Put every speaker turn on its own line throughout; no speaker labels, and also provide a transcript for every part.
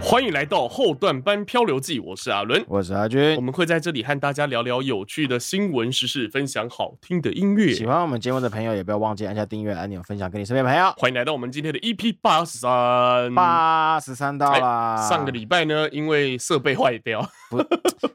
欢迎来到后段班漂流记，我是阿伦，
我是阿
我
军。
们会在这里和大家聊聊有趣的新闻时事，分享好听的音乐。
喜欢我们节目的朋友，也不要忘记按下订阅按钮，分享给你身边朋友。
欢迎来到我们今天的 EP 八十三。
八十三到啦，
哎上个礼拜呢，因为设备坏掉，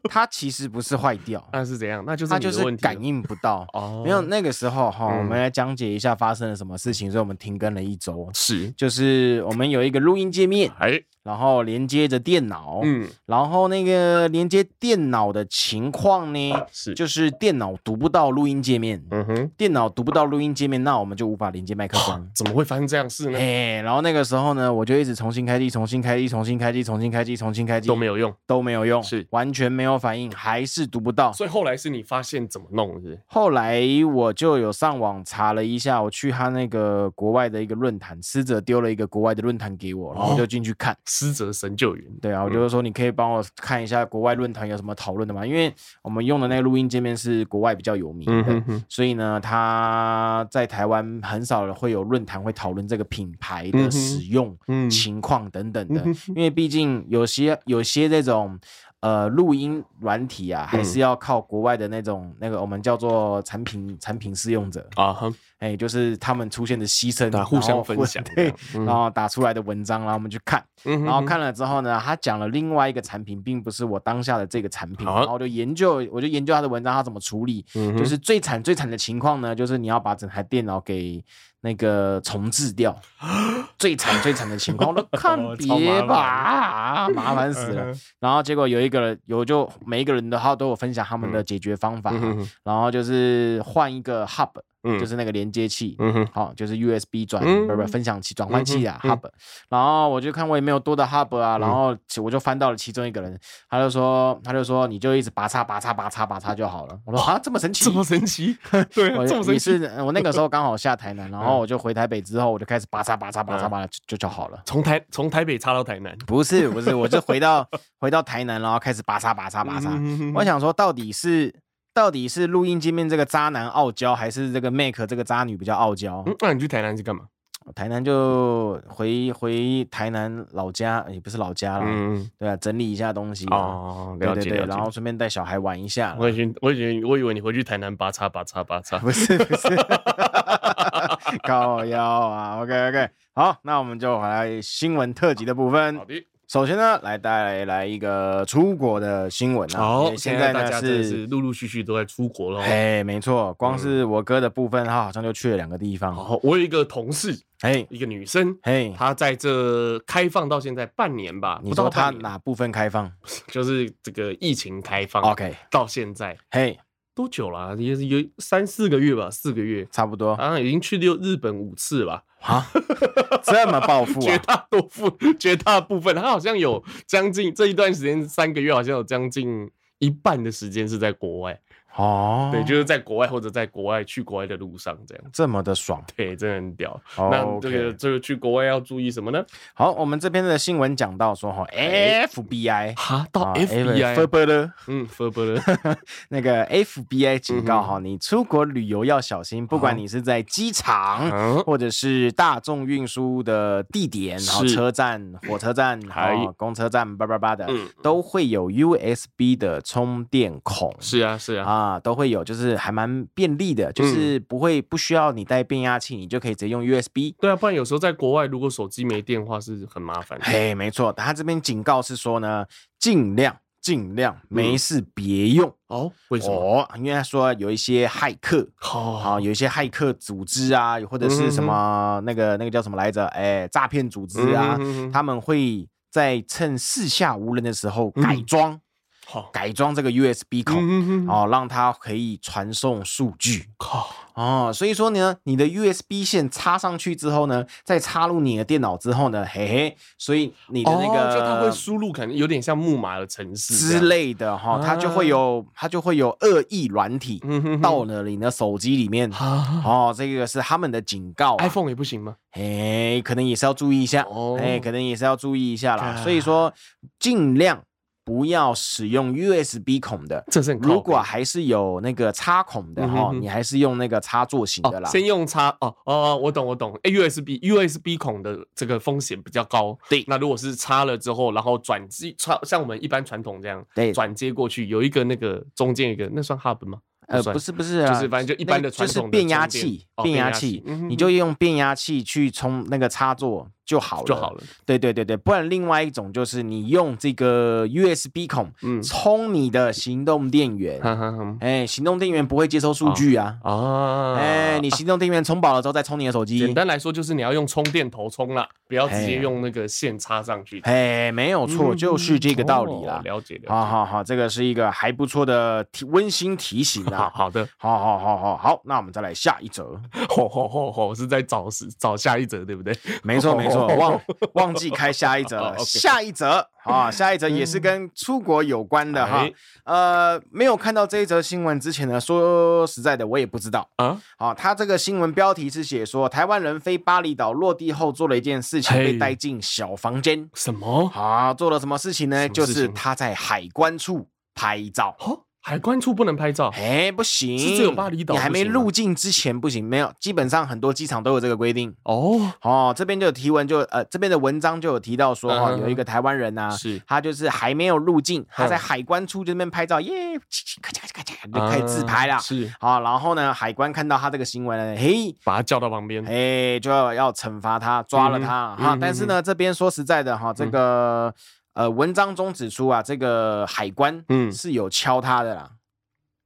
它其实不是坏掉，
那是怎样？那啊就是
它
你
就
的
是
问题了
感应不到。
哦，
没有那个时候哈，
嗯
我们来讲解一下发生了什么事情，所以我们停更了一周。
是，
就是我们有一个录音 界面，
哎，
然后连接着电脑，
嗯，
然后那个连接电脑的情况呢，
是，
就是电脑读不到录音界面，
嗯哼，
电脑读不到录音界面，那我们就无法连接麦克 风。
怎么会发生这样事呢？
哎、然后那个时候呢，我就一直重新开机，重新开机，重新开机，重新开机，重新开机，
都没有用，
都没有用，
是
完全没有反应，还是读不到。
所以后来是你发现怎么弄的？
后来我就有上网查了一下，我去他那个国外的一个论坛，师者丢了一个国外的论坛给我，然后
哦
我就进去看。
失责神救援，
对啊，我就是说你可以帮我看一下国外论坛有什么讨论的吗？因为我们用的那个录音界面是国外比较有名
嗯
的，
哼哼，
所以呢，它在台湾很少会有论坛会讨论这个品牌
嗯
的
哼
使用
嗯
情况等等的，
嗯
因为毕竟有些有些这种呃录音软体啊，还是要靠国外的那种那个我们叫做产品产品试用者，
啊哈，
哎，就是他们出现的牺牲，
大家互
然后
相分享这
对
样，嗯
然后打出来的文章，然后我们去看，
然
然后看了之后呢，他讲了另外一个产品，并不是我当下的这个产品，
好
然后我就研究，我就研究他的文章，他怎么处理，就
就是
最惨最惨的情况呢，就是你要把整台电脑给那个重 置掉，最惨最惨的情况，我都看
哦超麻烦
别
嗯
吧，啊麻烦死了。然后结果有一个人，有就每一个人的号都有分享他们的解决方法，
嗯
然后就是换一个 hub，、
嗯
就是那个连接器。
嗯哼，
好、就是 USB 转、
嗯
不是不是分享器转换器啊、
嗯
hub，然后我就看我也没有多的 hub 啊，然后其我就翻到了其中一个人，他就说他就说你就一直拔插拔插拔插拔插就好了。我
哦
说啊这么神 奇，
这么神奇，对 啊，
我
这么神
哦也
奇，
是呃我那个时候刚好下台南，然后我就回台北之后，我就开始拔插拔插拔插
嗯
拔，就就就好了。
从台从台北插到台南，
不是不是，我就回到回到台南，然后开始拔插拔插拔插。我
我
想说，到底是到底是录音界面这个渣男傲娇，还是这个 Make 这个渣女比较傲娇？
嗯，那你去台南是干嘛？
台南就回回台南老家，也不是老家了，
嗯，
对啊，整理一下东西啊。
哦，
对
了
对
解
对，
了
然
解。
后顺便带小孩玩一下啦。
我已经，我已经，我以为你回去台南拔插拔插拔插，
不是不是，靠腰啊，OK OK，好，那我们就回来新闻特辑的部分
好。的，
首先呢，来带来一个出国的新闻啊，因
好，
为
现
现
在大
呢
家真的是陆陆续续都在出国了。
哎，没错，光是我哥的部分，他好像就去了两个地方，
好，我有一个同事，
嘿
一个女生，
嘿，
她在这开放到现在半年吧，
你
不到
说他
半年，
哪部分开放
就是这个疫情开放
？OK，
到现在
嘿，
多久了啊？也是有三四个月吧，四个月。
差不多
好像已经去六日本五次吧，
啊，这么暴富
绝
啊，
大多数、绝大部分，他好像有将近这一段时间三个月，好像有将近一半的时间是在国外，
哦，
对，就是在国外或者在国外去国外的路上这样。
这么的爽。
对，真的很屌。那这个
哦 OK，
这个去国外要注意什么呢？
好，我们这边的新闻讲到说哈
哎
，FBI
哈，到
啊
FBI，
f
啊
b 了。
嗯 f b 了，
那个 FBI 警告哈，你出国旅游要小心，不管你是在机场。
嗯
或者是大众运输的地点，然后
是
车站、火车站、
还
还有公车站，叭叭叭的，
嗯，
都会有 USB 的充电孔
是啊是啊，嗯
啊，都会有，就是还蛮便利的，就是不会不需要你带变压器，你就可以直接用 USB。
对啊，不然有时候在国外如果手机没电的话是很麻烦的。
嘿，没错，他这边警告是说呢，尽量尽量
嗯
没事别用
哦，为什么？哦
哦，因为他说有一些骇客。
好
好，有一些骇客组织啊，或者是什
嗯
么那个那个叫什么来着？哎，诈骗组织啊，他们会在趁四下无人的时候改装，
好，
改装这个 USB 孔，
嗯
哦，让它可以传送数据。
靠，
哦，所以说呢，你的 USB 线插上去之后呢，再插入你的电脑之后呢，嘿嘿，所以你的那个、
哦、就它会输入，可能有点像木马的城市
之
这样。
类的哈、它就会
啊
有它就会有恶意软体。
嗯哼哼
到了你的手机里面，
啊
哦，这个是他们的警告、啊。
，iPhone 也不行吗？
哎，可能也是要注意一下，
哦啊
哎，可能也是要注意一下啦。
God
所以说，尽量不要使用 USB 孔的。
这是很靠
如果
北
还是有那个插孔的
嗯
哈
哼，哼
你还是用那个插座型的
哦，
啦。
先用插哦哦哦，我懂我懂。哎，USB USB 孔的这个风险比较高。
对
那如果是插了之后，然后转机插，像我们一般传统这样
对，
转接过去，有一个那个中间有一个，那算 hub 吗？
呃，
算
不是不是
就
啊，
是反正就一
那
般
个
的传
就是
统的
变压
充电
器
哦，
变
变压
压
器
器
嗯哼，
你就用变压器去充那个插座就好了，
就好。了。
对对对对，不然另外一种就是你用这个 USB 孔
嗯，
充你的行动电源，
哈哈哈。
哎，行动电源不会接收数据啊，
啊，
哎，你
啊
行动电源充饱了之后再充你的手
简
机，
单来说就是你要用充电头充啦，不要直
哎
接
呀
用那个线插上去。
哎，没有错，
嗯
就是这个道理
哦
啦。
了解了解。
好好好，这个是一个还不错的提温馨提醒
好
啊。
好的，
好好好好好，那我们再来下一 则。
吼吼吼吼，是在找是找下一则对不对？，
没错没错忘忘记开下一 则了。
哦 OK
下一则啊，下一则也是跟出国有关的哈
哎。
呃，没有看到这一则新闻之前呢，说实在的，我也不知道。
啊，
啊，他这个新闻标题是写说，台湾人飞巴厘岛落地后做了一件事情，
嘿
被带进小房间。
什么？
啊，做了什么事情
什
呢？
么
就
事
是
情
他在海关处拍照。
哦，海关处不能拍照。
哎，不行，
是只有巴厘岛
你还
不
没
行吗
入境之前不行，没有，基本上很多机场都有这个规定。
哦，
哦，这边就有提文就，呃，这边的文章就有提到说，哈、
嗯哼
有一个台湾人呐、啊
是
他就是还没有入境，他在
嗯
海关处这边拍照，耶，咔嚓咔嚓咔嚓，就开始自拍啦
啊。是
好、然后呢，海关看到他这个行为呢，嘿，
把他叫到旁边。
哎，就要要惩罚他，抓了他
嗯哼
哈、
嗯
但是呢，这边说实在的哈，这个、呃，文章中指出啊，这个海关
嗯
是有敲他的啦。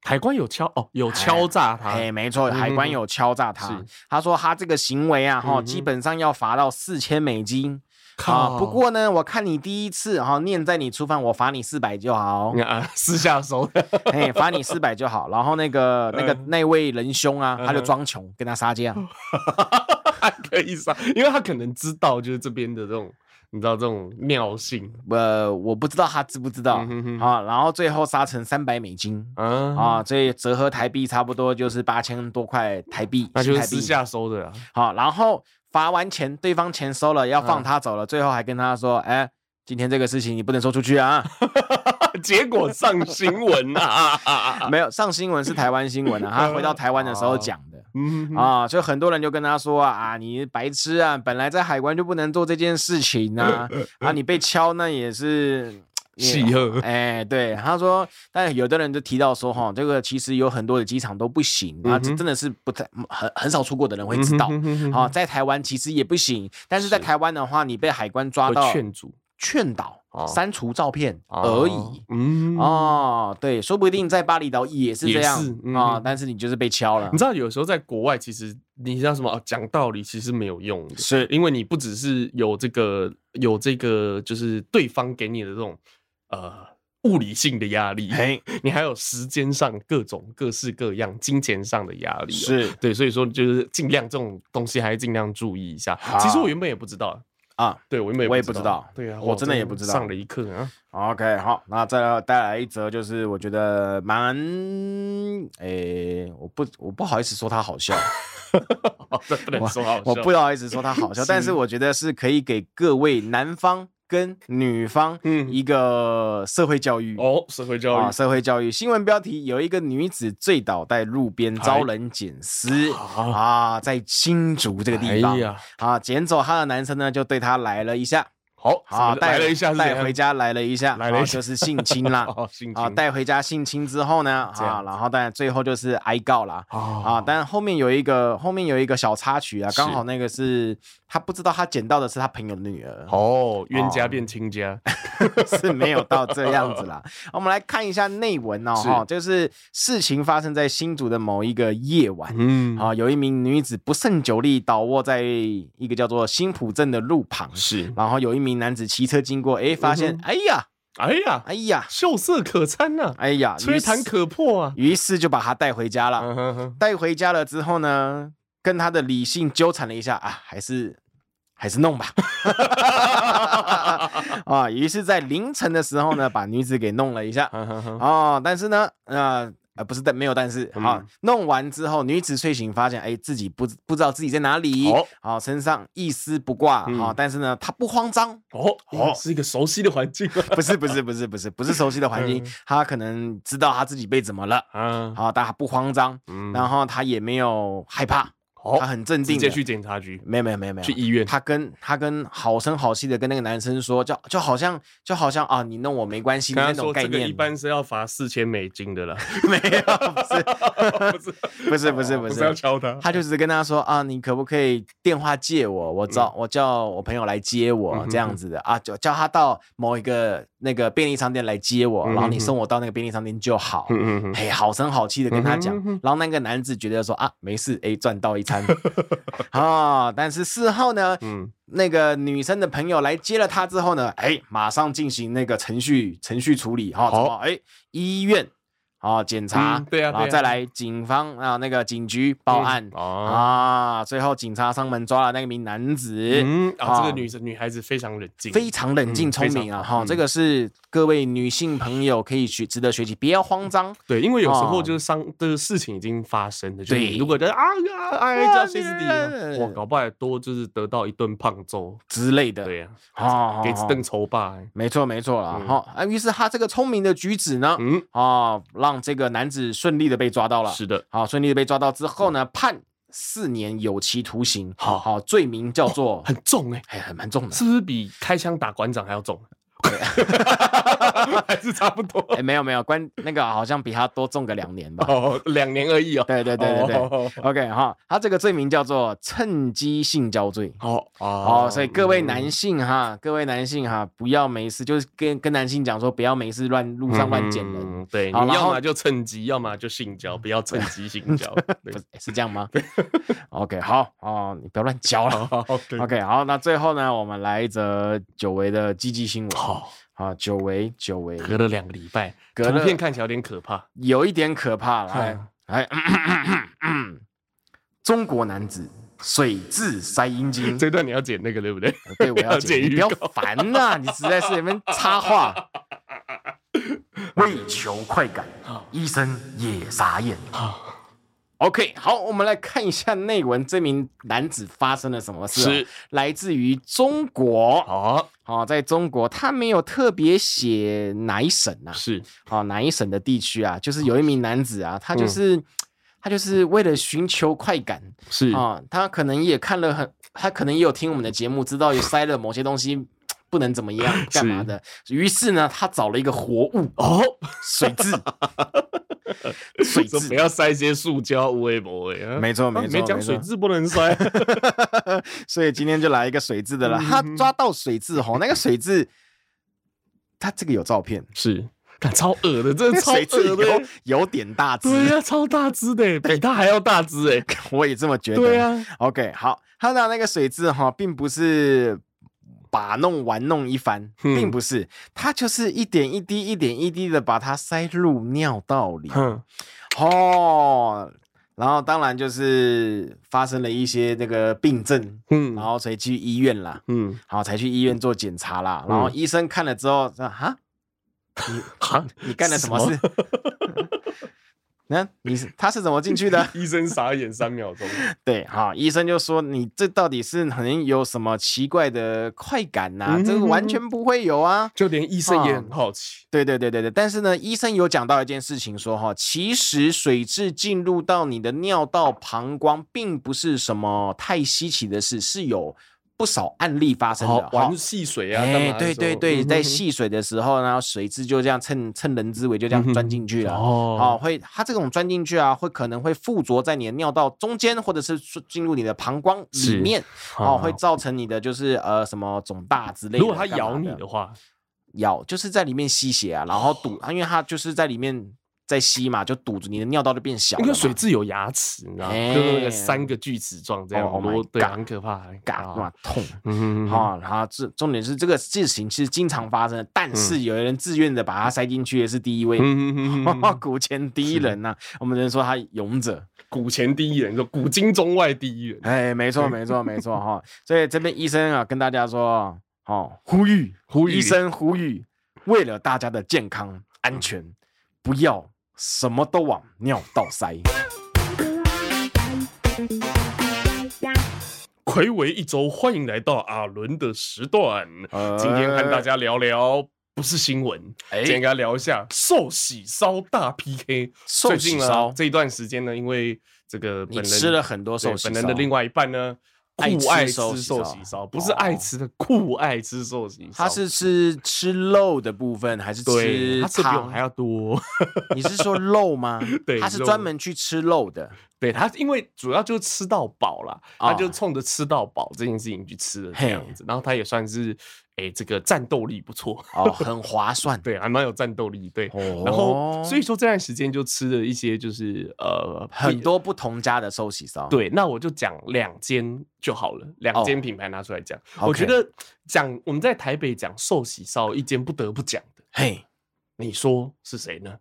海关有敲哦，有敲诈他。
哎，没错，
嗯哼
海关有敲诈他。
是
他说他这个行为啊，哈、
嗯哼
基本上要罚到四千美金。啊，
靠！
不过呢，我看你第一次哈、念在你初犯，我罚你四百就好
你，看啊，私下收 的。
哎，罚你四百就好。然后那个那个
嗯
那位仁兄啊，他就
嗯哼
装穷跟他杀啊价，
还可以杀，因为他可能知道就是这边的这种，你知道这种尿性
呃，我不知道他知不知道
嗯哼哼
啊。然后最后杀成三百美金
啊
啊，所以折合台币差不多就是八千多块台币，
那就
新
是
台币
私下收的啊。
好，然后罚完钱，对方钱收了，要放
嗯
他走了，最后还跟他说，哎。今天这个事情你不能说出 去啊！
结果上新闻 啊！
没有上新闻是台湾新闻啊，他回到台湾的时候
哦
讲的。
嗯，
啊，所以很多人就跟他说啊，啊你白痴啊，本来在海关就不能做这件事 情呐、啊，你被敲那也是。
戏
也
呵
哎，对，他说，但有的人就提到说，哈，这个其实有很多的机场都不行啊，这
嗯哼
真的是不太很很少出国的人会知 道，
嗯哼哼哼
啊，在台湾其实也不行，但是在
是
台湾的话，你被海关抓
会
到
劝阻
劝导、
哦
删除照片
啊
而已，
嗯
哦，对，说不定在巴厘岛也是这
也
样
是嗯
啊
哼，
但是你就是被敲了
你，知道，有时候在国外，其实你像什么哦讲道理，其实没有用的，
是
因为你不只是有这个有这个，就是对方给你的这种呃物理性的压力，
嘿，
你还有时间上各种各式各样金钱上的压力、哦，
是
对，所以说就是尽量这种东西还是尽量注意一下。
好
其实我原本也不知道，
啊。
对我原本
我也
不
不知道
对啊，
我
哇
真的也不知道
上了一课 啊，
OK，好，那再来带来一则，就是我觉得蛮，诶、我不，我不好意思说它好笑，
哦这不能说好笑，
我不好意思说它好笑，但是
是
我觉得是可以给各位男方跟女方
嗯
一个社会教育。
哦，社会教
啊，
育
社会教育新闻标题有一个女子醉倒在路边
哎
遭人捡尸
啊，
啊，在新竹这个地方
哎呀，
啊，捡走她的男生呢就对她来了一下
好
啊，带
带了一下是怎
带
样
回家来了一下，
来了一
啊
下，
就是性侵啦
哦，性
啊，
侵
带回家性侵之后呢，
这样
啊，然后当然最后就是哀告啦。啊，
啊
但后面有一个后面有一个小插曲啊，
是
刚好那个是他不知道他捡到的是他朋友的女儿，
哦，冤
哦
家变亲家，
是没有到这样子 啦。我们来看一下内文哦，
是
哈，就是事情发生在新竹的某一个夜晚。
嗯，
啊，有一名女子不胜酒力倒卧在一个叫做新浦镇的路旁，
是，
然后有一名男子骑车经过，哎，发现，
嗯哼
哎呀，
哎呀，
哎呀，
秀色可餐呐，
哎呀，
吹弹可破啊，
于是，于是就把他带回家了。
嗯哼哼
带回家了之后呢，跟他的理性纠缠了一下啊，还是还是弄吧。 啊，于是，在凌晨的时候呢，把女子给弄了一下。啊
嗯哼哼
哦，但是呢，呃，呃，不是但没有，但是好、
嗯
弄完之后，女子睡醒发现，哎，自己不不知道自己在哪里，好、
哦
身上一丝不挂，好、
嗯
但是呢，她不慌张，
哦
哦
哦，是一个熟悉的环境啊
不是不是不是不是不是熟悉的环境，她可能知道她自己被怎么了，
啊。
好、但她不慌张，
嗯
然后她也没有害怕，
好
她很镇
直
定
接
的，
去检察局，
没有没有没有没有
去医院。
他跟他跟好声好气的跟那个男生说，就就好像就好像啊，你弄我没关系的
跟
那
他
种
说
概
这个
念，
一般是要罚四千美金的啦，
没有，
不是
不是不是不
哦不
是
是要敲他，
他就只是跟他说啊，你可不可以电话借我？我找、我叫我朋友来接
嗯
我
哼哼
这样子的啊，就叫他到某一个那个便利商店来接我，
嗯哼哼
然后你送我到那个便利商店就好。
嗯嗯嗯，
嘿，好声好气的跟他讲
嗯哼哼，
然后那个男子觉得说啊，没事，哎，赚到 一餐啊、但是事后呢，
嗯，
那个女生的朋友来接了她之后呢，哎，马上进行那个程序程序处理哈，
好
哦，哎，医院啊检查
嗯，对啊
然后
对啊
再来警方啊那个警局报案
啊，
啊，最后警察上门抓了那名男子，
嗯啊，这
啊
个女生女孩子非常冷静，
非常冷静
嗯
聪明啊
非常
哈，
嗯
这个是各位女性朋友可以学值得学习，不要慌张，
对，因为有时
哦
候就是伤的事情已经发生了，就是
对
你如果觉得啊啊哎
啊
叫歇斯底
对
里，我搞不好多就是得到一顿胖揍，
之类的
对呀，
啊，
给
哦
邓仇霸，哎
没错没错啦
嗯
哈，啊，于是他这个聪明的举止呢，
嗯，
啊，让这个男子顺利的被抓到了。
是的，
好，顺利的被抓到之后呢，判四年有期徒刑。
好哦
好，罪名叫做
很重哎，
哎，很蛮重的。
是不是比开枪打馆长还要重？啊 还是差不多
哎，没有没有，关那个好像比他多重个两年吧。
哦，两年而已哦。
对对对对对。
哦
OK 哈，他这个罪名叫做趁机性交罪。
哦
哦，所以各位男
嗯
性哈，各位男性哈，不要没事，就是跟跟男性讲说，不要没事乱路上乱捡人，
嗯对，
好
你
然
要
后
么就趁机，要么就性交，不要趁机性 交。对
不是是这样吗 ？OK，好哦，你不要乱教了。
好对
OK，好，那最后呢，我们来一则久违的积极新闻。
好，
啊，久违久违，
隔了两个礼拜，图
隔了
片看起来有点可怕。
有一点可怕了。来
哈
来， 中国男子水蛭塞阴 茎，
这段你要剪那个对不对？
对我要
要
解，
剪
你
预
不要
告
烦呐、你实在是里面插 话。为求快感，
啊
医生也傻眼。OK，好，我们来看一下内文，这名男子发生了什么事、啊
是，
来自于中 国，
好，啊
哦，在中国他没有特别写哪一省呐、
是
哦，哪一省的地区啊，就是有一名男子啊，他就是、
嗯
他就是为了寻求快感
是
啊、他可能也看了很，他可能也有听我们的节目，知道有塞了某些东西。不能怎 么样，干嘛的？于是呢，他找了一个活物
哦，
水蛭，水
说不
蛭，
要塞一些塑胶无为不为啊。
没错
啊
没
你
错，
没讲
没
水
错
质不能塞，
所以今天就来一个水蛭
嗯
的了。他抓到水蛭吼，那个水蛭，他这个有照片，
是，看超恶的，真的超
水蛭
恶
有
的。欸
有点大只，
对呀，超大只的，欸比他还要大只哎。
我也这么觉得。
对啊，
OK，好，他拿那个水蛭哈，并不是把弄玩弄一番，
嗯
并不是，他就是一点一滴、一点一滴的把它塞入尿道里
哼，
哦，然后当然就是发生了一些那个病症，然
嗯
后才去医院啦，
嗯，
好才去医院做检查啦，然后
嗯
医生看了之后说哈，你
哈，
你干了什么事？ 那你是他是怎么进去的？
医生傻眼三秒钟，
对，好，医生就说你这到底是可能有什么奇怪的快感呐、这个
嗯
完全不会有啊。
就连医生也很好奇。
对对对对对，但是呢，医生有讲到一件事情说哈，其实水蛭进入到你的尿道、膀胱，并不是什么太稀奇的事，是有不少案例发生
好
的。哈
玩戏水啊，干
哎，
嘛的
对
时候
对对，
嗯
在
哼
戏水的时候，然后水蛭就这样趁趁人之危就这样钻进去了。哦
哦，，
会它这种钻进去啊，会可能会附着在你的尿道中间，或者是说进入你的膀胱里
是啊
面，
嗯
哦，会造成你的就是呃什么肿大之类的。
如果它
干嘛
咬你
的
的，话，哦
咬就是在里面吸血啊，然后堵，啊因为它就是在里面在吸嘛，就堵住你的尿道就变小了
因
嘛。
为水蛭有牙齿，你知道，
哎
吗？就是那个三个锯齿状这样，
Oh
我
my
都对，啊
God
很可怕，很可
嘎
怕
哇痛。
啊嗯，
哈、然后这重点是这个事情是经常发生的，但是有人自愿的把它塞进去的是第一位，
嗯 嗯嗯嗯嗯
古前第一人呐、我们只能说他勇者。
古前第一人，就古今中外第一人，
哎，没错，没错，没错哈、所以这边医生啊，跟大家说，哦，呼吁，
呼吁嗯
医生呼吁，为了大家的健康安全，不要什么都往尿道塞。
暌违一周，欢迎来到阿伦的时段。
呃
今天和大家聊聊不是新闻，
哎
今天跟大家聊一下寿喜烧大 PK。
寿
最
喜
近
烧
呢，，这一段时间呢，因为这个本
啊你
人
吃了很多
对
寿喜烧，
本人的另外一半呢，
爱
酷
吃
爱吃
寿
寿
喜
喜
烧哦
烧，不是爱吃的酷爱吃寿喜烧。
他是吃吃肉的部分还是
对，
吃
他吃比我
汤
们还？要多。？
你是说肉吗
对
他是
肉
专门去吃肉 的。
对他，因为主要就是吃到饱啦，
哦
他就冲着吃到饱这件事情去吃的这
嘿
样子。然后他也算是，哎，这个战斗力不错，
哦，很划算。
对，还蛮有战斗力。对，
哦
然后所以说这段时间就吃了一些，就是呃
很。多不同家的寿喜烧，，
对，那我就讲两间就好了，两间品牌拿出来讲。我觉
哦 OK
得讲我们在台北讲寿喜烧，一间不得不讲的，
嘿，
你说是谁呢？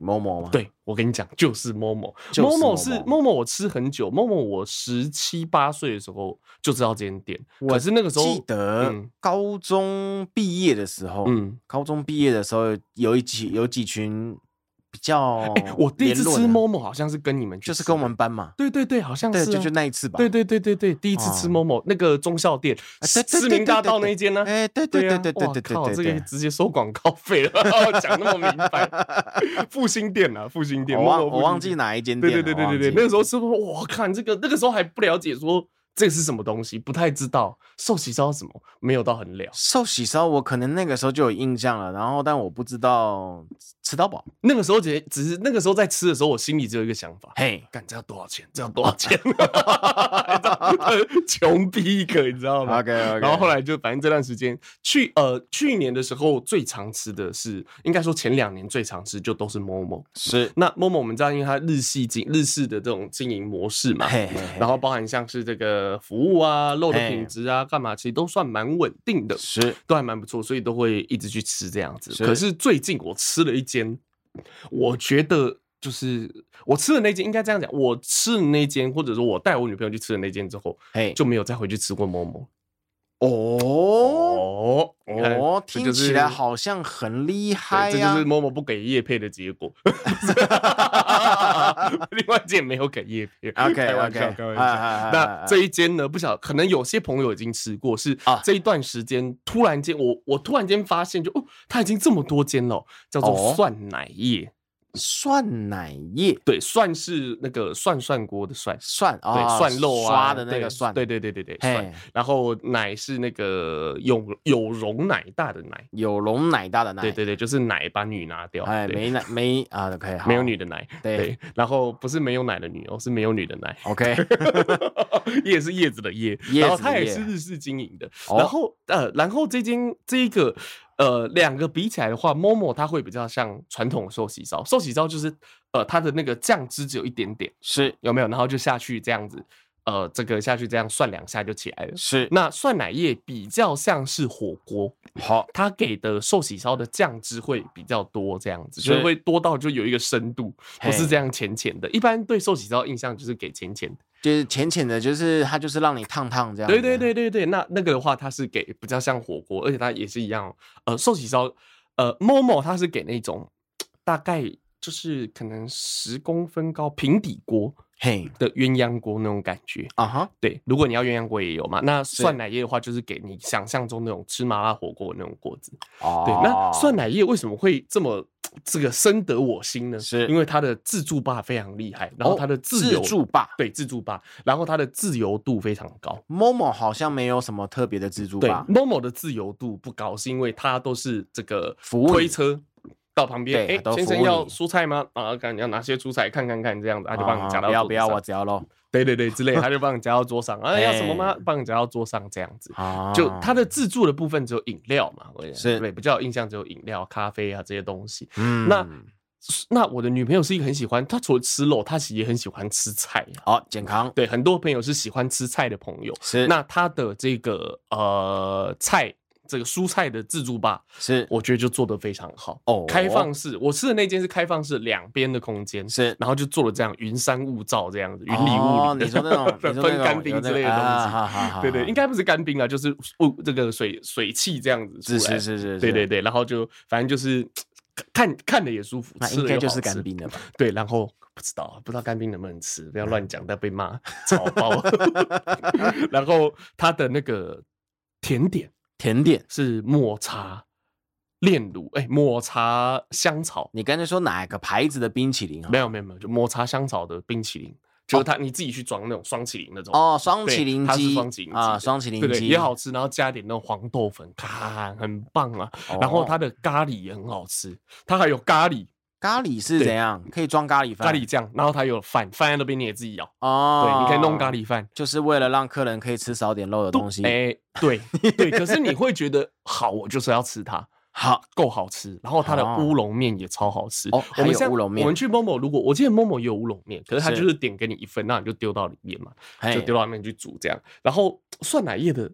某某吗？，
对，我跟你讲，就是某某，
就是
某某
Momo
是某某，我吃很久，某某我十七八岁的时候就知道这间店，
我
可是那个时候
记得
嗯
高中毕业的时候，
嗯，
高中毕业的时候有一几有几群比较哦联
哎、
络的，
我第一次吃某某好像是跟你们去
就是
吃
跟
的
我们，班嘛，
对对对，好像是、
对，
啊，
就就那一次吧，
对对对对对，第一次吃
哦
某某那个中校店，
哎
市
对对
市
对
民
对
大
对
道那
对
一间呢？
哎，对对
啊
对对对
哇
对
靠
对对
这个
对，
直接收广告费了， 讲那么明 白。复兴店啊，复兴店，
我
某
忘
某复
我
兴
忘
店
记哪一间
对
店
对对对
了，我
对
忘
对，
记
那个时候吃过，我看这个那个时候还不了解说这是什么东西，不太知道寿喜烧是什么，没有到很了。
寿喜烧，我可能那个时候就有印象了，然后但我不知道吃到饱，
那个时候只只是那个时候在吃的时候，我心里只有一个想法。
嘿，
干这要多少钱？这要多少钱？ 你知道 穷逼一个，你知道吗
OK OK，
然后后来就反正这段时间，去呃去年的时候最常吃的是，应该说前两年最常吃就都是 Momo。
是，
那 Momo 我们知道，因为它日系经日式的这种经营模式嘛，
嘿嘿嘿，
然后包含像是这个服务啊、肉的
嘿
品质啊、干嘛，其实都算蛮稳定的，
是
都还蛮不错，所以都会一直去吃这样子。
是
可是最近我吃了一间，我觉得就是我吃的那间，应该这样讲，我吃的那间，或者说我带我女朋友去吃的那间之后，
嘿，
就没有再回去吃过某某。
哦
哦你看
哦，
这
听
就是
起来好像很厉害
对，这
呀
就是，某某不给叶配的结 果。 另外一间也没有给叶配
OK
开玩
OK，哎
笑，开玩笑。那
那
这一间呢，不晓可能有些朋友已经吃过，是
啊
这一段时间突然间，我我突然间发现就，哦，它已经这么多间了哦，叫做
哦
蒜奶叶，
蒜奶液
对，蒜是那个蒜涮锅的蒜，
蒜
对，
啊，
蒜肉啊
刷的那
对
个蒜，
对对对对对，蒜
嘿，。
然后奶是那个有有容奶大的奶，
有龙奶大的奶，
对对对，就是奶把女拿掉，
哎，
对
没奶没啊，OK，好
没有女的奶，
对
对，然后不是没有奶的女哦，是没有女的 奶。
，OK，
叶是叶子的叶，
叶
然后
子
它
的
也
叶
是日式经营的。
哦
然后呃，然后这间这一个呃两个比起来的话，Momo 它会比较像传统的寿喜烧，寿喜烧就是呃它的那个酱汁只有一点点，
是
有没有？然后就下去这样子，呃，这个下去这样涮两下就起来了。
是，
那蒜奶叶比较像是火锅，
好，
它给的寿喜烧的酱汁会比较多，这样子
是
就是会多到就有一个深度，不是
嘿
这样浅浅的。一般对寿喜烧印象就是给浅浅的。
就是浅浅的，就是它就是让你烫烫这样，
对对，对对对，那那个的话，它是给比较像火锅，而且它也是一样哦，呃，寿喜烧，呃，Momo 它是给那种大概就是可能十公分高平底锅
嘿，
的鸳鸯锅那种感觉。
啊哈，
对，如果你要鸳鸯锅也有嘛，那蒜奶叶的话，就是给你想象中那种吃麻辣火锅的那种锅子。
哦，
对，那蒜奶叶为什么会这么这个深得我心呢？
是
因为它的自助吧非常厉害，然后
哦
它的自
自
由、
助吧
对自助吧，然后它的自由度非常高。
，Momo 好像没有什么特别的自助
对
吧，
，Momo 的自由度不高，是因为它都是这个
服务你
推车到旁边，
对
哎、
它都
先
服
生
务
要
你
蔬菜吗？啊，看你要拿些蔬菜，看看看这样子，他就帮你夹
啊
到、
不要不要，我
我，
只要喽，
对对对，之类，他就帮你夹到桌上。啊，要什么吗
哎？
帮你夹到桌上这样子。
啊
就它的自助的部分只有饮料嘛，我也
是
对比较有印象只有饮料、咖啡啊这些东西。
嗯
那那我的女朋友是一个很喜欢，她除了吃肉，她其实也很喜欢吃菜啊。
好健康
对，很多朋友是喜欢吃菜的朋友，
是
那它的这个呃菜，这个蔬菜的自助吧，
是
我觉得就做得非常好。
哦
开放式，我吃的那间是开放式，两边的空间，
是
然后就做了这样云山雾罩这样子，云里雾里的、
哦你说那 种你说那
分
种
干冰
有那
之
个
类的东西。
啊好好好
对对，
好
应该不是干冰啊，就是雾这个水水汽这样子出
是
来。
是是是，
对对对，然后就反正就是看看着也舒服，
那
吃
应
了
该
又
就
好
是干
吃
冰嗯了吧？
对，然后不知道不知道干冰能不能吃，不要乱讲，但被骂 草包。 然后它的那个甜点
甜点，
是抹茶炼乳，哎、抹茶香草，
你刚才说哪个牌子的冰淇淋啊？
没有没有没有，就抹茶香草的冰淇淋，就是它、你自己去装那种双淇淋那种。
哦，双
对
淇淋
它是
鸡
双淇淋
啊，
鸡
双淇
对
淋
对，
鸡
也好。吃，然后加一点那种黄豆粉，咔，很棒啊！然后
哦
它的咖喱也很好吃，它还有咖喱
咖喱是
对
怎样？可以装咖喱饭？
咖喱酱，然后它有饭，饭在那边你也自己舀，
哦，
对，你可以弄咖，喱饭，
就是为了让客人可以吃少点肉的东西。
哎、对对，可是你会觉得好，我就是要吃它，
好，
够好吃。然后它的
哦
乌龙面也超好吃。
哦
我
还
们
有
像
乌龙面
我们去 Momo，如果我记得 Momo 也有乌龙面，可是它
是
就是点给你一份，那你就丢到里面嘛，
嘿
就丢到里面去煮这样。然后蒜奶叶的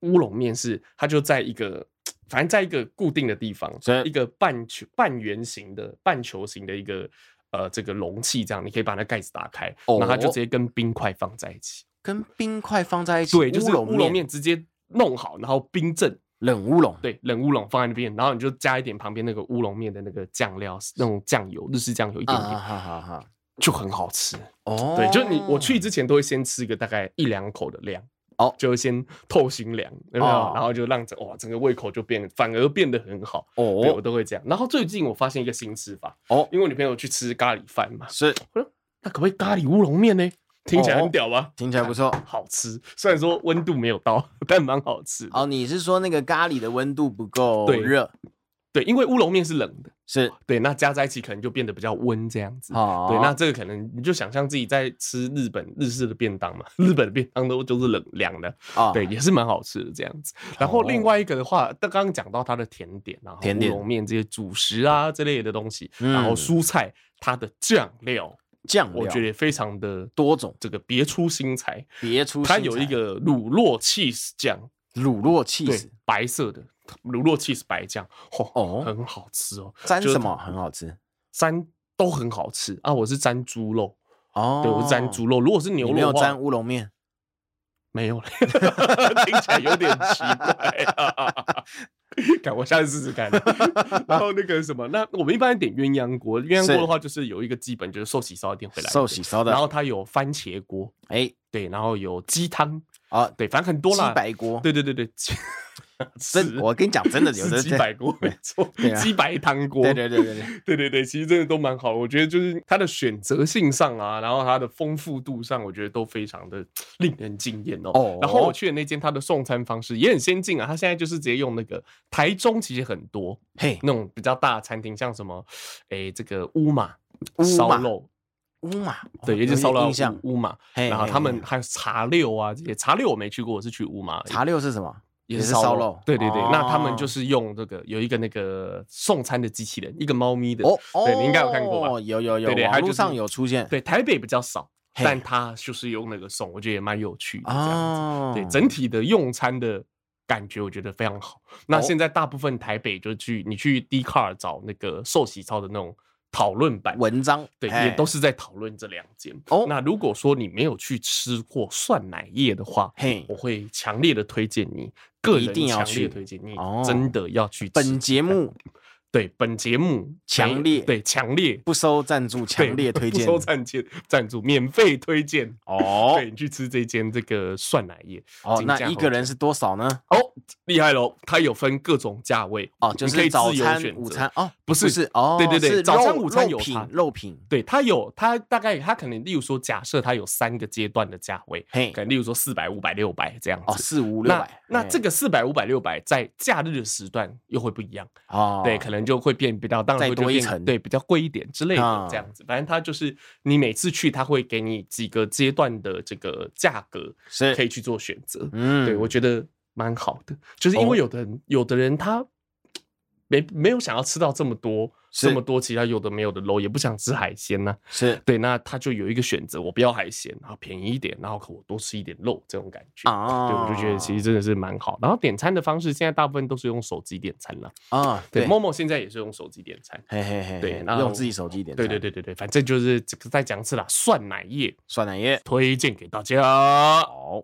乌龙面是它就在一个。反正在一个固定的地方
所以，
一个半球、半圆形的、半球形的一个呃这个容器，这样你可以把那盖子打开，然后它就
哦
直接跟冰块放在一起。
跟冰块放在一起，
对，就是乌
乌
龙
龙
面直接弄好，然后冰镇，
冷乌龙，
对，冷乌龙放在那边，然后你就加一点旁边那个乌龙面的那个酱料，那种酱油，日式酱油一
啊，
点点，
哈哈哈。
就很好吃。
哦，
对，就是你我去之前都会先吃个大概一两口的量。
哦
就先透心凉，有没有？
哦
然后就让整哇整个胃口就变，反而变得很好。对，我
哦
都会这样。然后最近我发现一个新吃法，
哦，
因为我女朋友去吃咖喱饭嘛，
是
那可不可以咖喱乌龙面呢？听起来
哦
很屌吧？
听起来不错。
好吃，虽然说温度没有到， 但蛮好吃的。
哦，你是说那个咖喱的温度不够
对
热？
对，因为乌龙面是冷的，
是
对，那加在一起可能就变得比较温这样子。
哦，
对，那这个可能你就想象自己在吃日本日式的便当嘛， 日本的便当都就是冷凉的，
哦
对，也是蛮好吃的这样子。然后另外一个的话，但刚刚讲到它的甜点啊，
甜点
乌龙面这些主食啊这类的东西，
嗯
然后蔬菜它的酱料，
酱料，
我觉得也非常的
多种
这个别出心裁。
别出
它
心
有
裁
一个乳酪 cheese 酱，
乳酪 cheese
对，白色的乳酪 cheese 白酱，哦，
哦
很好吃哦。
沾
就是
什么很好吃
沾都很好吃啊！我是沾猪肉，
哦。
对我是沾猪肉。如果是牛
你
肉
没有
的话
沾乌龙面，
没有嘞， 听起来有点奇怪、 啊。看，我下次试试看。然后那个什么，那我们一般点鸳鸯锅，鸳鸯锅
是
的话就是有一个基本，就是寿喜烧一定会来一
寿
个
喜烧的，
然后它有番茄锅，
哎
对，然后有鸡汤，
啊，
对，反正很多
鸡
啦。
白锅，
对对对对，鸡
真
是
我跟你讲，真的有的
是鸡，白锅，没错
对，啊
鸡白汤锅，
对对对对对，
对对对，其实真的都蛮好的。我觉得就是它的选择性上啊，然后它的丰富度上，我觉得都非常的令人惊艳哦。
哦
然后我去的那间，它的送餐方式也很先进啊。它现在就是直接用那个台中，其实很多
嘿，
那种比较大的餐厅，像什么，诶，这个乌马
乌马
烧肉，
乌马，哦
对，也就
有
是烧
点
肉
印象，
乌马，
嘿
然后
嘿
他
嘿
们
嘿
还有茶六啊这些。茶六我没去过，我是去乌马而已。
茶六是什么？
也
也
是
是
烧
烧
肉
肉，
对对对，那他
哦
们就是用这个有一个那个送餐的机器人，一个猫咪的，
哦哦，
对你应该有看过吧？
有有有
对，对
网
它就
络
是
上有出现，
对，台北比较少，
嘿
但它就是用那个送，我觉得也蛮有趣的这样子。
啊，
对，整体的用餐的感觉，我觉得非常好。那
哦
现在大部分台北就去你去 d c a r 找那个寿喜烧的那种讨论版，
文章，
对，
哎
也都是在讨论这两间。
哦
那如果说你没有去吃过蒜奶叶的话，
嘿
我，会强烈的推荐你，个
一
人
定要
强
去
烈推荐你
哦，
真的要去吃。
本节目
对本节目
强烈
对强烈
不收赞助，强
对
烈推
不
荐
收赞助赞助，免费推荐。
哦
对你去吃这间这个蒜奶叶
哦，
金
那
价
一
好
个人是多少呢？
哦，厉害喽！它有分各种价位
哦，就
你可
是
以
早
自由
餐、
选
午
择
餐哦，
不是
是哦，
对对对
是
早餐
肉
午餐
肉
有
品
差
肉品，
对，它有它大概它可能，例如说，假设它有三个阶段的价位，
嘿
可能例如说四百、五百、六百这样
哦，
子。
四五六
那
百，
那
哎
这个四百、五百、六百在假日的时段又会不一样，
哦，
对，可能就会变比较，当然
再
会就
多一
变
层
对，比较贵一点之类
啊
的这样子。反正它就是你每次去，它会给你几个阶段的这个价格，
是
可以去做选择。
嗯，
对我觉得蛮好的，就是因为
哦
有的人、有的人他没没有想要吃到这么多
是
这么多其他有的没有的肉，也不想吃海鲜呐、
是
对，那他就有一个选择，我不要海鲜，然后便宜一点，然后可我多吃一点肉这种感觉。
啊，
对，我就觉得其实真的是蛮好。然后点餐的方式，现在大部分都是用手机点餐了。
啊，
对
对，
，Momo 现在也是用手机点餐。
嘿嘿嘿，
对
嘿
那
用自己手机点，
对对，对对对，反正就是这个再讲一次啦，蒜奶液
酸奶液，
推荐给大家。
好，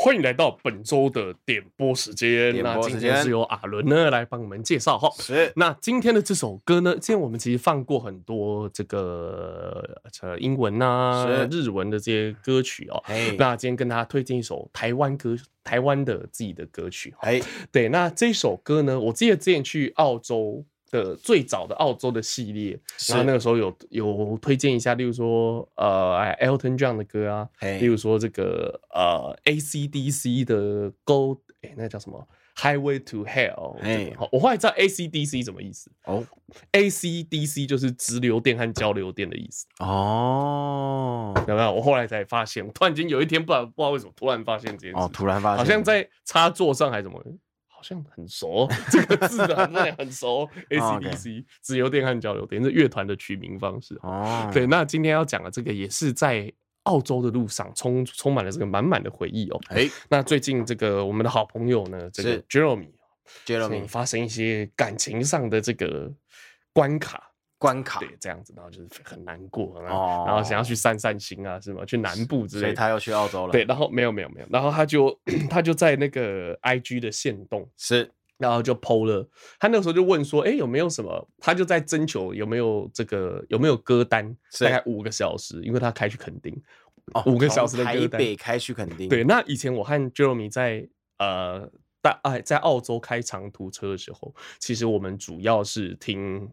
欢迎来到本周的点播时间。
点播
那
时
今天
间
是由阿伦呢来帮我们介绍哈。
是
那今天的这首歌呢，今天我们其实放过很多这个呃英文啊
是、
日文的这些歌曲哦。
哎
那今天跟大家推荐一首台湾歌，台湾的自己的歌曲哈。
哎
对，那这首歌呢，我记得之前去澳洲的最早的澳洲的系列，
是
然后那个时候有有推荐一下，例如说呃哎 Elton John 的歌啊，
哎
例如说这个呃 AC/DC 的 Go，哎那叫什么 Highway to Hell，
哎
这个好，我后来知道 AC/DC 什么意思
哦
，AC/DC 就是直流电和交流电的意思，
哦
有没有？我后来才发现，我突然间有一天不知道不知道为什么突然发现这件事
哦，
情
突然发现
好像在插座上还是怎么，好像很熟 哦这个字的，真的很熟。
OK
ACDC 自由电和交流电是乐团的取名方式。嗯
哦
对，那今天要讲的这个也是在澳洲的路上充充满了这个满满的回忆哦。
哎
那最近这个我们的好朋友呢，这个
是
Jeremy 所以
Jeremy
发生一些感情上的这个关卡，
关卡，
对，这样子，然后就是很难过，然
哦
后然后想要去散散心啊，是吗？去南部之
所
类
以
的。
他又去澳洲了。
对，，然后没有没有没有，然后他就他就在那个 I G 的线动，
是
然后就 PO 了。他那个时候就问说，哎，有没有什么？他就在征求有没有这个有没有歌单，
是
大概五个小时，因为他开去垦丁。
哦
五个小时的
从
歌
台
单
北开去垦丁。
对，，那以前我和 Jeremy 在呃大哎在澳洲开长途车的时候，其实我们主要是听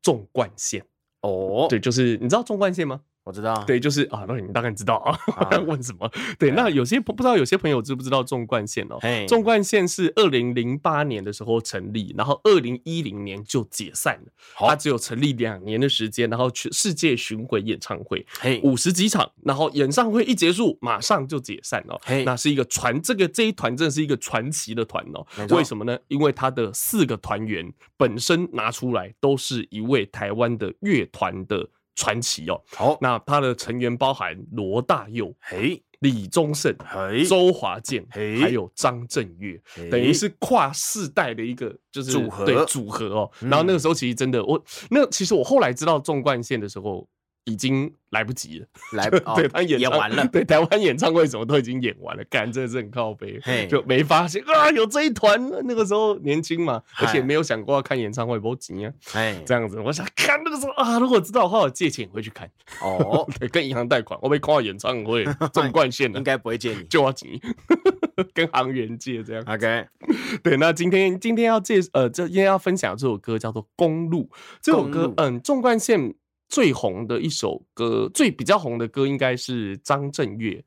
纵贯线，
哦，
对，就是你知道纵贯线吗？
我知道。，
对，就是啊，那你大概知道啊，我
啊
在 问什么？对，那有些不知道有些朋友知不知道纵贯线哦
嘿？
纵贯线是二零零八年的时候成立，然后二零一零年就解散了，
好
它，只有成立两年的时间，然后全世界巡回演唱会
嘿，
五十几场，然后演唱会一结束马上就解散哦
嘿。
那是一个传这个这一团真的是一个传奇的团哦
没。错
为什么呢？因为他的四个团员本身拿出来都是一位台湾的乐团的传奇哦。
好，
那他的成员包含罗大佑、
嘿，
李宗盛、
嘿，
周华健，
嘿
还有张震岳，
嘿
等于是跨世代的一个就是
组合
对组合哦。
嗯
然后那个时候其实真的，我那其实我后来知道纵贯线的时候。已经来不及了，，
来 哦
对他演
也
唱。
完了
对台湾演唱会什么都已经演完了，干真的是很靠背
嘿，
就没发现啊有这一团。那个时候年轻嘛，而
嗨
且没有想过要看演唱会，不急啊，
哎，
这样子。我想看那个时候啊，如果知道的话，我借钱回去看。
哦，
对，跟银行贷款，我被跨演唱 会纵贯线的
应，该不会见你。
就要急，跟行员借这样。
OK，
对，那今天今天要介呃，这今天要分享这首歌叫做《公路》，这首
公
歌
路
嗯，纵贯线最红的一首歌，最比较红的歌应该是张震岳。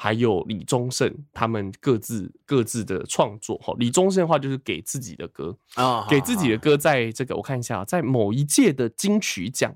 还有李宗盛他们各自各自的创作哈，李宗盛的话就是给自己的歌，
啊，
给自己的歌，在这个我看一下啊，在某一届的金曲奖，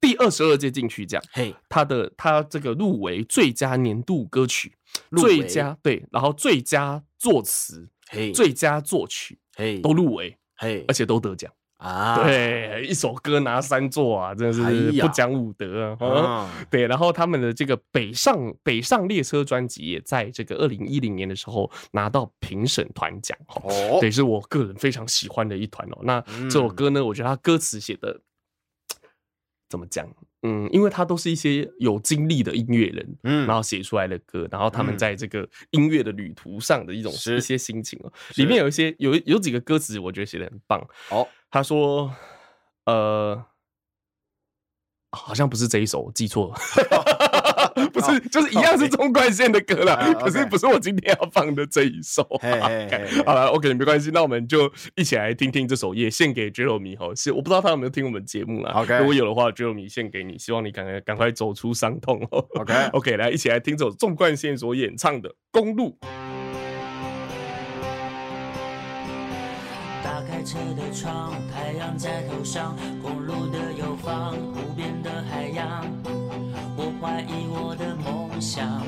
第二十二届金曲奖，
嘿，
他的他这个入围最佳年度歌曲、
入围
最佳对，然后最佳作词、
嘿，
最佳作曲
嘿
都入围，
嘿
而且都得奖。
啊，
对，一首歌拿三座啊，真的
哎
是
呀
不讲武德啊。啊
嗯，
对，然后他们的这个北上北上列车专辑也在这个二零一零年的时候拿到评审团奖哦
哦，嗯
对，是我个人非常喜欢的一团哦。那这首歌呢，我觉得它歌词写的怎么讲？嗯，因为它都是一些有经历的音乐人，
嗯
然后写出来的歌，然后他们
嗯
在这个音乐的旅途上的一种
是
一些心情哦。里面有一些有有几个歌词，我觉得写的很棒。
哦，
他说，呃。好像不是这一首，我记错 了， 不
哦
是，就是一样是纵贯线的歌啦，
啊
可是
OK
不是我今天要放的这一首。啊
嘿嘿嘿 嘿
好了，OK，没关系，那我们就一起来听听这首《夜》，献给 Jeremy 哈。是我不知道他有没有听我们节目啦
OK
如果有的话，Jeremy 献给你，希望你赶快赶快走出伤痛哦。
OK
OK，来一起来听这首纵贯线所演唱的《公路》。
打开车的窗，太阳在头上，公路的右方，湖边的海洋。我怀疑我的梦想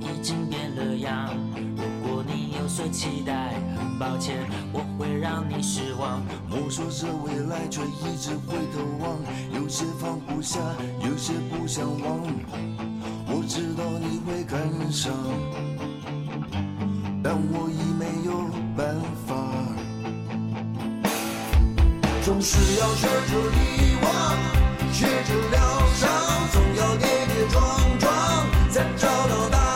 已经变了样。如果你有所期待，很抱歉，我会让你失望。
摸索着未来，却一直回头望，有些放不下，有些不想忘。我知道你会感伤，但我已没有办法。总是要学着遗忘，学着疗伤，总要跌跌撞撞，才找到答案。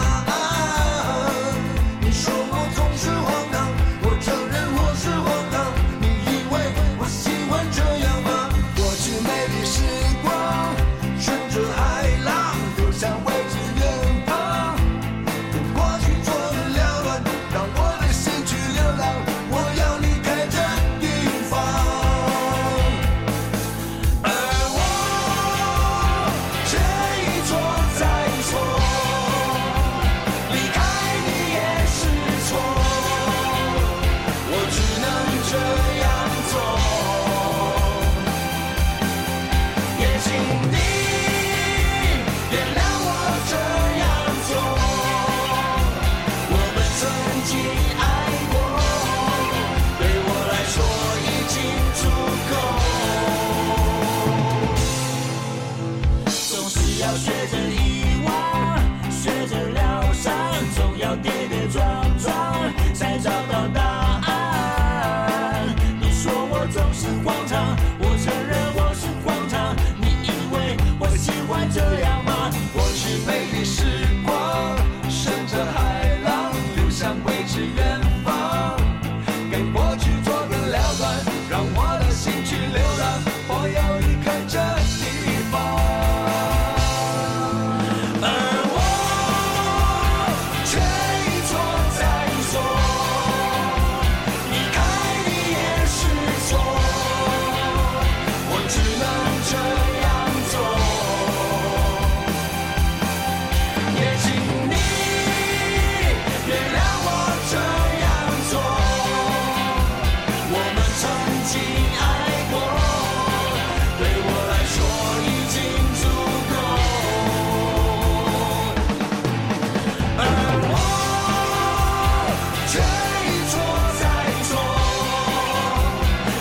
想挥之远方。跟过去做了了断，让我的心去流浪。我要离开这地方，而我这一错再错，离开你也是错，我只能这样做。也请你原谅我这样做。我们曾经爱过，对我来说已经足够。总是要学着遗忘，学着疗伤，总要跌跌撞撞才找到答案。你说我总是荒唐，我承认我是荒唐。你以为我喜欢这样吗？我是美丽时光，顺着海浪流向未知远方，跟过去做个了断，让我的心去流浪。我要离开这地方，而我却一错再错，离开你也是错，我只能这样做。也请你原谅我这样做。我们曾经爱过，对我来说已经足够。而我却一错再错，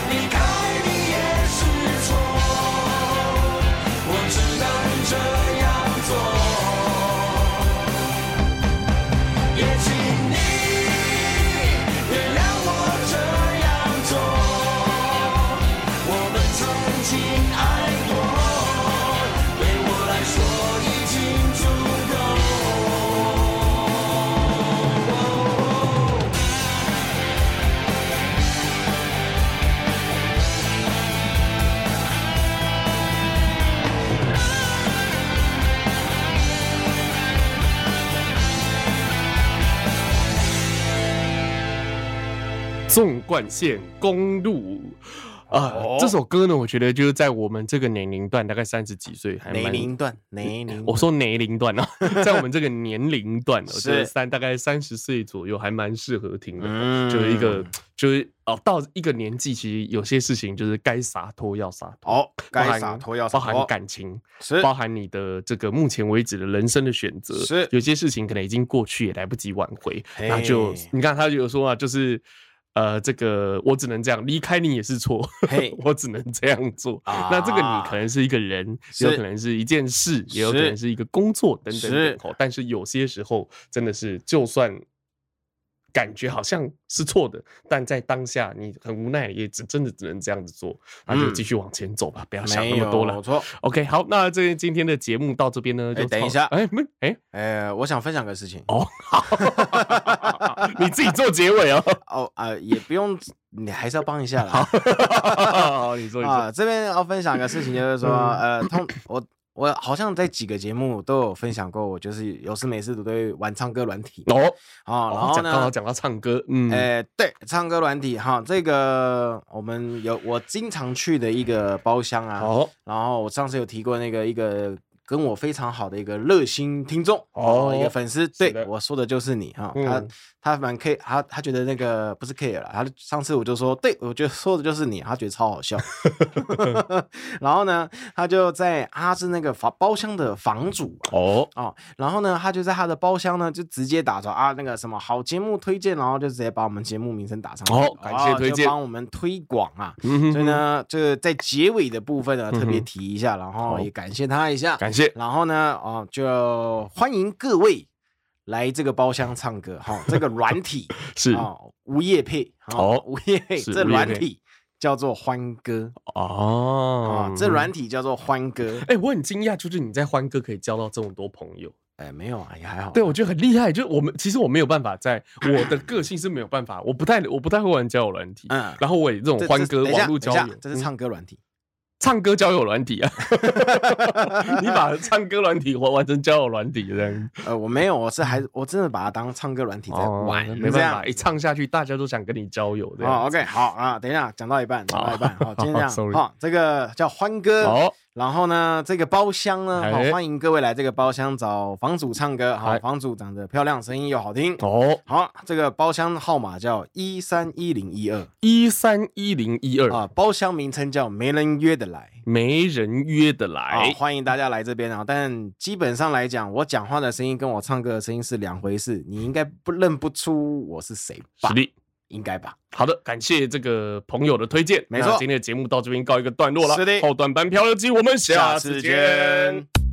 离开你也是错，我只能这样做。也请你原谅我这样做。我们曾经爱过，对我来说已经足够。
纵贯线公路。啊、
哦
这首歌呢，我觉得就是在我们这个年龄段，大概三十几岁，哦还蛮
年龄段，年龄，
我说年龄段 啊，在我们这个年龄段，我觉得
是
三大概三十岁左右还蛮适合听的，
嗯
就是一个就是哦，到一个年纪，其实有些事情就是该洒脱要洒脱，
哦，
包
该
含
洒脱要洒
包
脱，哦
含感情，
是
包含你的这个目前为止的人生的选择，
是
有些事情可能已经过去，也来不及挽回。
嘿
那就你看，他就有说啊，就是呃，这个我只能这样，离开你也是错
嘿，
我只能这样做。
啊
那这个你可能是一个人，也有
是
可能是一件事，也有可
是
能是一个工作等等
是
等哦。但是有些时候真的是，就算。感觉好像是错的，但在当下你很无奈，也只真的只能这样子做，那就
嗯
继续往前走吧，不要想
没
那么多了
有。错。
OK，好，那这今天的节目到这边呢，
哎
就
等一
到
下
哎，没，哎，
呃，我想分享个事情
哦，好，你自己做结尾哦。
哦啊、呃也不用，你还是要帮一下啦。
好，你说，嗯你
啊，
说，
这边要分享个事情，就是说，呃，通我我好像在几个节目都有分享过，我就是有事没事都会玩唱歌软体
哦，
啊，然
哦，
后
讲刚好
呢，
讲到唱歌，嗯，
呃，对，唱歌软体哈，这个我们有我经常去的一个包厢啊，
好，
然后我上次有提过那个一个跟我非常好的一个热心听众
哦
一个粉丝，
的
对我说的就是你哈，他
嗯
他蛮 care，他他觉得那个不是 care 了，他上次我就说，对我觉得说的就是你，他觉得超好 笑， 然后呢，他就在他是那个房包厢的房主啊
哦，
哦，然后呢，他就在他的包厢呢，就直接打着啊那个什么好节目推荐，然后就直接把我们节目名称打上去
哦感谢推
就
荐
帮我们推广啊，
嗯哼
所以呢，这个在结尾的部分呢，特
嗯
别
哼
提一下，然后
好
也感谢他一下。
感谢，
然后呢，哦，就欢迎各位来这个包厢唱歌哈、这个软体
是
哦，无业配
好
哦，无业配
是
这
无业
软
配
体叫做欢歌啊、
哦，
这软，体叫做欢歌。
哎，我很惊讶，就是你在欢歌可以交到这么多朋友，
哎，没有啊，也还好。
对我觉得很厉害。就是我们其实我没有办法在，我的个性是没有办法，我不太我不太会玩交友软体，
嗯
然后我也这种
这，
欢
这
歌
等一下
网络交
等一下
友，
这是
嗯
唱歌软体。
唱歌交友软体啊， 你把唱歌软体玩玩成交友软体这样，
呃，我没有，我是还我真的把它当唱歌软体在玩，
哦没
这
办
样
法，一唱下去大家都想跟你交友这样。
哦，OK，好啊，等一下，讲到一半，讲到一半，好，今天这
哦
样，
Sorry
好，这个叫欢哥，
好，
然后呢，这个包厢呢，好
哎，
欢迎各位来这个包厢找房主唱歌，好，
哎
房主长得漂亮，声音又好听，
哦，
好，这个包厢号码叫一三一零一二
一三一零一二，
啊，包厢名称叫没人约的来。
没人约的
啊
来，
欢迎大家来这边啊！但基本上来讲，我讲话的声音跟我唱歌的声音是两回事，你应该不认不出我是谁吧
实？力。
应该吧？
好的，感谢这个朋友的推荐。
没错
那今天的节目到这边告一个段落了。
是的
后段班漂流记，我们下次见。